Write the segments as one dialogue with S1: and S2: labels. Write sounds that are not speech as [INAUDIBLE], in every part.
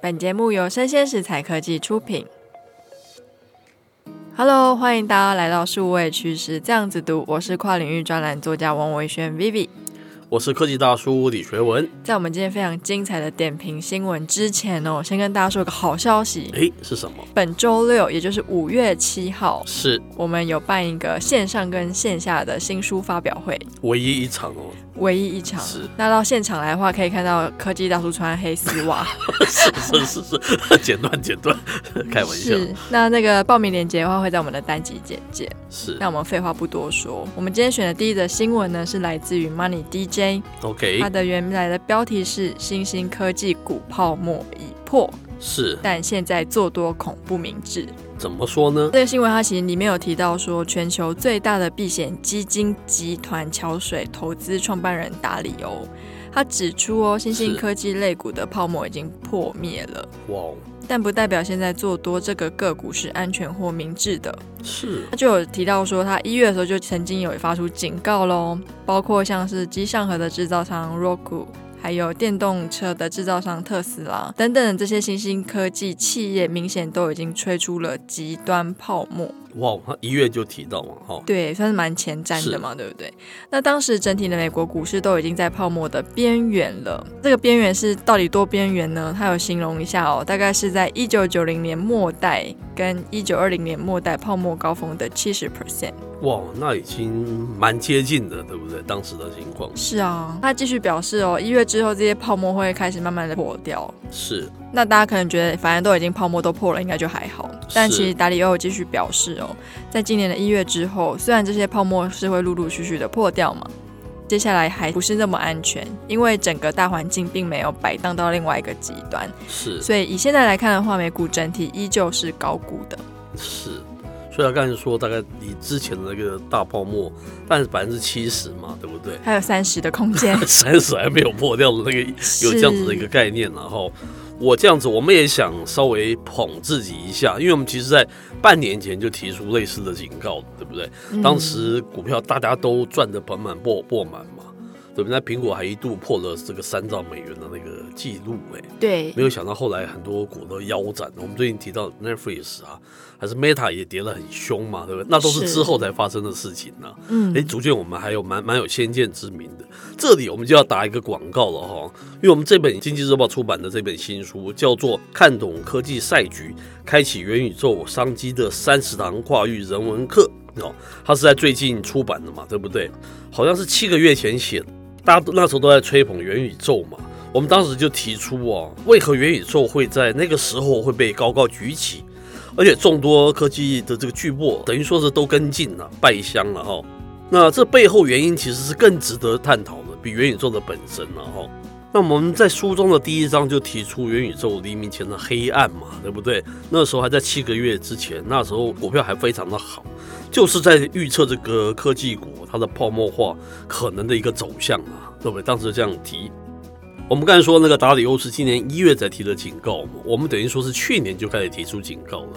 S1: 本节目由生鲜食材科技出品。Hello，欢迎大家来到数位趋势这样子读，我是跨领域专栏作家王维轩 Vivi。
S2: 我是科技大叔李学文。
S1: 在我们今天非常精彩的点评新闻之前哦，先跟大家说个好消息。
S2: 诶，是什么？
S1: 本周六，也就是五月七号，
S2: 是
S1: 我们有办一个线上跟线下的新书发表会，
S2: 唯一一场哦， [LAUGHS]
S1: 唯一一场。
S2: 是
S1: 那到现场来的话，可以看到科技大叔穿黑丝袜，
S2: 是是是， [LAUGHS] 剪断剪断， [LAUGHS] 开玩笑，
S1: 是。那那个报名链接的话，会在我们的单集简介。
S2: 是
S1: 那我们废话不多说，我们今天选的第一则新闻呢，是来自于 Money DJ，
S2: OK，
S1: 它的原来的标题是“新兴科技股泡沫已破，
S2: 是
S1: 但现在做多恐不明智”。
S2: 怎么说呢？
S1: 这个新闻它其实里面有提到说，全球最大的避险基金集团桥水投资创办人达里欧，他指出哦，新兴
S2: 是
S1: 科技类股的泡沫已经破灭了，
S2: 哇哦，
S1: 但不代表现在做多这个个股是安全或明智的。
S2: 是
S1: 他就有提到说，他一月的时候就曾经有发出警告喽，包括像是机上盒的制造商 Roku。还有电动车的制造商特斯拉等等，这些新兴科技企业明显都已经吹出了极端泡沫，
S2: 哇哦，他一月就提到嘛，哈、哦，
S1: 对，算是蛮前瞻的
S2: 是
S1: 嘛，对不对？那当时整体的美国股市都已经在泡沫的边缘了，这个边缘是到底多边缘呢？它有形容一下哦，大概是在一九九零年末代跟一九二零年末代泡沫高峰的七十 percent。
S2: 哇哦，那已经蛮接近的，对不对？当时的情况
S1: 是啊，他继续表示哦，一月之后这些泡沫会开始慢慢的破掉。
S2: 是
S1: 那大家可能觉得，反正都已经泡沫都破了，应该就还好。但
S2: 是
S1: 其实达里欧有继续表示哦，在今年的一月之后，虽然这些泡沫是会陆陆续续的破掉嘛，接下来还不是那么安全，因为整个大环境并没有摆荡到另外一个极端。
S2: 是
S1: 所以以现在来看的话，美股整体依旧是高估的。
S2: 是，所以他刚才说大概你之前的那个大泡沫，但是百分之七十嘛，对不对？，
S1: 还有三十的空间
S2: [LAUGHS] 三十还没有破掉的那个有这样子的一个概念，然后我这样子，我们也想稍微捧自己一下，因为我们其实在半年前就提出类似的警告，对不对？
S1: 嗯
S2: 当时股票大家都赚得盆满钵钵满嘛，对不对？那苹果还一度破了这个三兆美元的那个记录，哎，
S1: 对
S2: 没有想到后来很多股都腰斩。我们最近提到 Netflix 啊，还是 Meta 也跌得很凶嘛，对不对？那都是
S1: 是
S2: 之后才发生的事情呢、
S1: 嗯
S2: 哎，逐渐我们还有蛮蛮有先见之明的。这里我们就要打一个广告了哈，因为我们这本《经济日报》出版的这本新书叫做《看懂科技赛局：开启元宇宙商机的三十堂跨域人文课》哦，它是在最近出版的嘛，对不对？好像是七个月前写的，大家都那时候都在吹捧元宇宙嘛。我们当时就提出哦，为何元宇宙会在那个时候会被高高举起？而且众多科技的这个巨擘，等于说是都跟进了、拜香了哈、那这背后原因其实是更值得探讨的，比元宇宙的本身了哈。那我们在书中的第一章就提出元宇宙黎明前的黑暗嘛，对不对？那时候还在七个月之前，那时候股票还非常的好，就是在预测这个科技股它的泡沫化可能的一个走向啊，对不对？当时这样提。我们刚才说那个达里欧是今年一月才提的警告嘛，我们等于说是去年就开始提出警告了。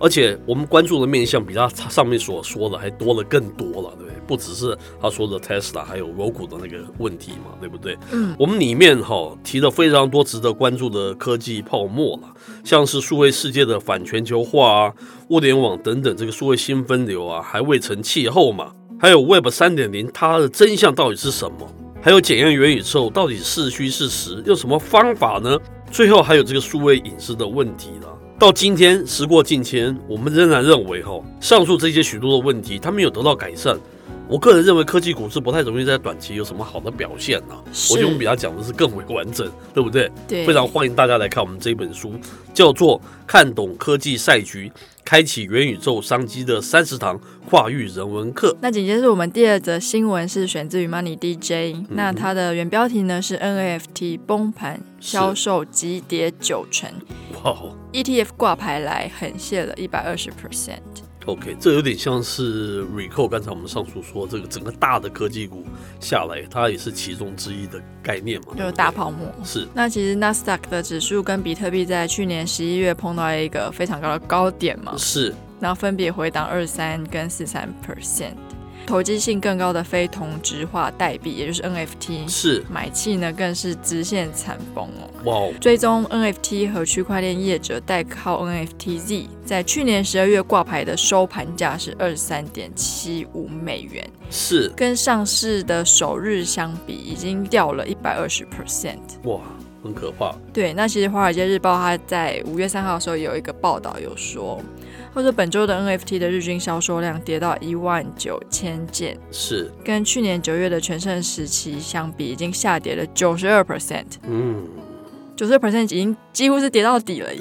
S2: 而且我们关注的面向比他上面所说的还多了更多了，对不对？不只是他说的 Tesla，还有 Roku 的那个问题嘛，对不对？
S1: 嗯，
S2: 我们里面哈、提了非常多值得关注的科技泡沫了，像是数位世界的反全球化啊、物联网等等，这个数位新分流啊，还未成气候嘛。还有 Web 三点零，它的真相到底是什么？还有检验元宇宙到底是虚是实，用什么方法呢？最后还有这个数位隐私的问题了。到今天，时过境迁，我们仍然认为哈，上述这些许多的问题，它没有得到改善。我个人认为，科技股是不太容易在短期有什么好的表现呐、
S1: 是
S2: 我觉得我们比他讲的是更为完整，对不对？
S1: 对，
S2: 非常欢迎大家来看我们这本书，叫做《看懂科技赛局：开启元宇宙商机的三十堂跨域人文课》。
S1: 那紧接着我们第二则新闻是选自于 Money DJ，、那它的原标题呢是 NFT 崩盘，
S2: 是
S1: 销售急跌九成
S2: 哇哦
S1: ，ETF 挂牌来狠卸了一百二十 percent。
S2: ，OK，这有点像是 Recall，刚才我们上述说这个整个大的科技股下来，它也是其中之一的概念嘛，
S1: 就
S2: 对不
S1: 是
S2: 对
S1: 大泡沫。
S2: 是
S1: 那其实纳斯达克的指数跟比特币在去年十一月碰到一个非常高的高点嘛，
S2: 是
S1: 然后分别回档二三跟四三 percent。投机性更高的非同质化代币，也就是 NFT，
S2: 是
S1: 买气呢更是直线惨崩哦。
S2: 哇哦，
S1: 追踪 NFT 和区块链业者代号 NFTZ，在去年十二月挂牌的收盘价是二十三点七五美元，
S2: 是
S1: 跟上市的首日相比，已经掉了一百二十 percent。
S2: 哇，很可怕。
S1: 对，那其实《华尔街日报》它在五月三号的时候有一个报道有说，他说本周的 NFT 的日均销售量跌到一万九千件，
S2: 是，
S1: 跟去年九月的全盛时期相比，已经下跌了九十二 percent，
S2: 嗯， [LAUGHS]
S1: 九十 percent 已经几乎是跌到底了耶。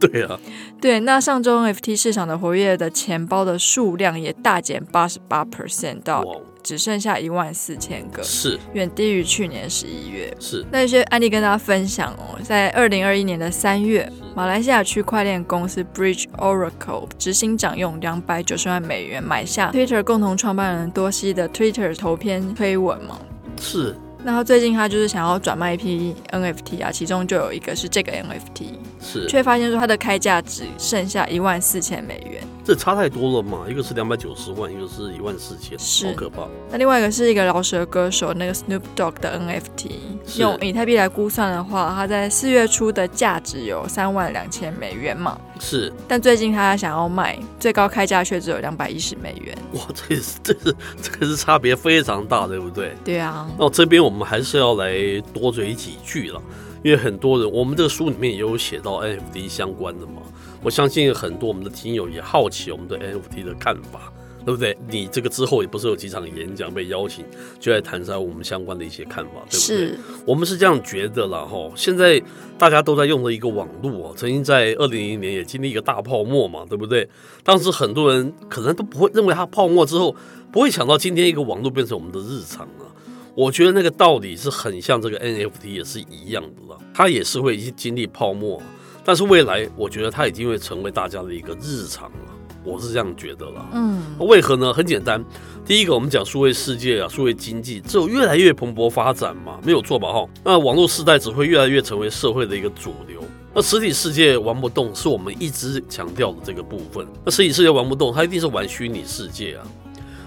S2: 对啊，
S1: 对，那上周 NFT 市场的活跃的钱包的数量也大减八十八 percent
S2: 哇
S1: 到
S2: 哦，
S1: 只剩下一万四千个，
S2: 是
S1: 远低于去年十一月。
S2: 是
S1: 那一些案例跟大家分享哦，在二零二一年的三月，马来西亚区块链公司 Bridge Oracle 执行长用两百九十万美元买下 Twitter 共同创办人多西的 Twitter 投篇推文嘛。
S2: 是，
S1: 然后最近他就是想要转卖一批 NFT 啊，其中就有一个是这个 NFT，
S2: 是，
S1: 却发现说它的开价只剩下一万四千美元。
S2: 这差太多了嘛？一个是两百九十万，一个是一万四千，
S1: 是
S2: 好可怕。
S1: 那另外一个是一个饶舌歌手那个 Snoop Dogg 的 NFT，
S2: 是
S1: 用以太币来估算的话，它在四月初的价值有三万两千美元嘛。
S2: 是
S1: 但最近他想要卖，最高开价却只有两百一十美元。
S2: 哇，这个是这个是这个是差别非常大，对不对？
S1: 对啊，
S2: 那这边我们还是要来多嘴几句了，因为很多人，我们这个书里面也有写到 NFT 相关的嘛。我相信很多我们的听友也好奇我们对 NFT 的看法，对不对？你这个之后也不是有几场演讲被邀请，就来谈一下我们相关的一些看法，对不对？
S1: 是
S2: 我们是这样觉得啦，吼，现在大家都在用的一个网络哦，曾经在二零零零年也经历一个大泡沫嘛，对不对？当时很多人可能都不会认为它泡沫之后，不会想到今天一个网络变成我们的日常了。我觉得那个道理是很像这个 NFT 也是一样的啦，它也是会一经历泡沫，啊但是未来我觉得它已经会成为大家的一个日常了，我是这样觉得啦。
S1: 嗯，
S2: 为何呢？很简单，第一个我们讲数位世界啊，数位经济，只有越来越蓬勃发展嘛，没有错吧？哈，那网络时代只会越来越成为社会的一个主流。那实体世界玩不动，是我们一直强调的这个部分。那实体世界玩不动，它一定是玩虚拟世界啊。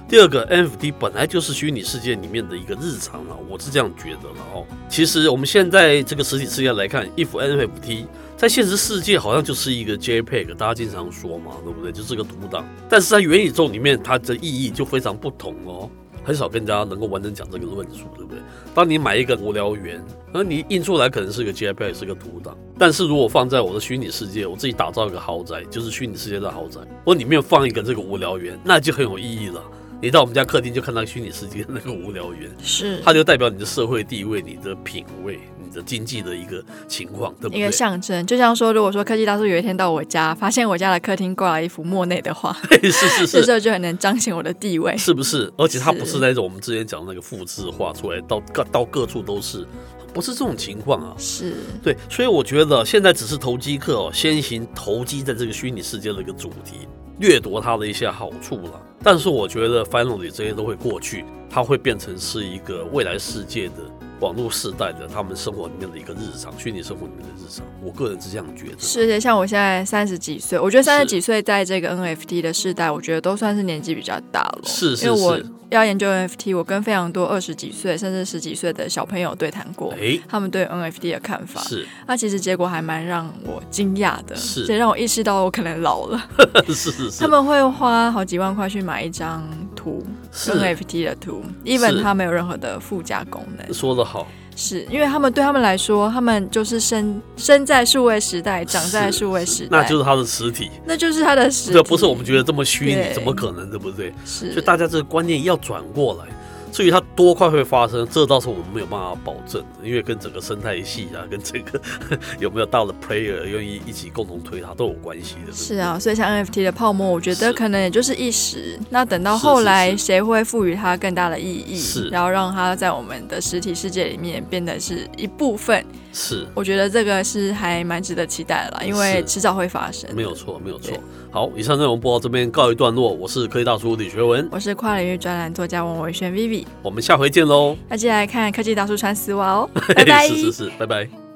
S2: 第二个，NFT 本来就是虚拟世界里面的一个日常了、我是这样觉得了哦。其实我们现在这个实体世界来看，一幅 NFT 在现实世界好像就是一个 JPEG，大家经常说嘛，对不对？就是个图档，但是在元宇宙里面，它的意义就非常不同哦。很少跟大家能够完整讲这个论述，对不对？当你买一个无聊园，那你印出来可能是个 JPEG，是个图档，但是如果放在我的虚拟世界，我自己打造一个豪宅，就是虚拟世界的豪宅，我里面放一个这个无聊园，那就很有意义了。你到我们家客厅就看到虚拟世界那个无聊园，
S1: 是
S2: 它就代表你的社会地位、你的品味、你的经济的一个情况，对不
S1: 一
S2: 对
S1: 个？象征。就像说，如果说科技大叔有一天到我家，发现我家的客厅挂了一幅莫内的画，
S2: 是是
S1: [LAUGHS] 这
S2: 是
S1: 时，候就很能彰显我的地位。
S2: 是不是？而且它不
S1: 是
S2: 是那种我们之前讲的那个复制化出来到各到各处都是，不是这种情况啊。
S1: 是，
S2: 对，所以我觉得现在只是投机客哦，先行投机在这个虚拟世界的一个主题，掠夺它的一些好处了。但是我觉得 finally 这些都会过去，它会变成是一个未来世界的网络世代的他们生活里面的一个日常，虚拟生活里面的日常。我个人是这样觉得。
S1: 是的，像我现在三十几岁，我觉得三十
S2: 是
S1: 几岁在这个 NFT 的世代，我觉得都算是年纪比较大了。
S2: 是是
S1: 因为我
S2: 是
S1: 要研究 NFT，我跟非常多二十几岁甚至十几岁的小朋友对谈过，
S2: 哎，
S1: 他们对 NFT 的看法。
S2: 是 [LAUGHS]
S1: 那其实结果还蛮让我惊讶的，
S2: 是
S1: 也让我意识到我可能老了。
S2: 是是是
S1: 他，们会花好几万块去买一张图
S2: 是
S1: NFT 的图，even 它没有任何的附加功能，
S2: 说得好，
S1: 是因为他们对他们来说，他们就是生生在数位时代，长在
S2: 是
S1: 数位
S2: 是
S1: 时代，
S2: 那就是它的实体。
S1: 那就是他的实体，
S2: 这不是我们觉得这么虚拟
S1: 对，
S2: 怎么可能，对不对？
S1: 是
S2: 所以大家这个观念要转过来。至于它多快会发生，这倒是我们没有办法保证的，因为跟整个生态系啊，跟这个 [LAUGHS] 有没有大的 player 愿意一起共同推它都有关系的。
S1: 是啊，所以像 NFT 的泡沫，我觉得
S2: 是
S1: 可能也就是一时。那等到
S2: 是
S1: 后
S2: 是
S1: 来，
S2: 是
S1: 谁会赋予它更大的意义？
S2: 是
S1: 然后让它在我们的实体世界里面变得是一部分。
S2: 是
S1: 我觉得这个是还蛮值得期待的啦，因为
S2: 是
S1: 迟早会发生。
S2: 没有，错，没有错
S1: 对。
S2: 好，以上内容播到这边告一段落，我是科技大叔李学文，
S1: 我是跨领域专栏作家王维轩 Vivi，
S2: 我们下回见喽。 [LAUGHS]
S1: 那接下来看科技大叔穿丝袜哦，拜拜。
S2: 是是是，拜拜。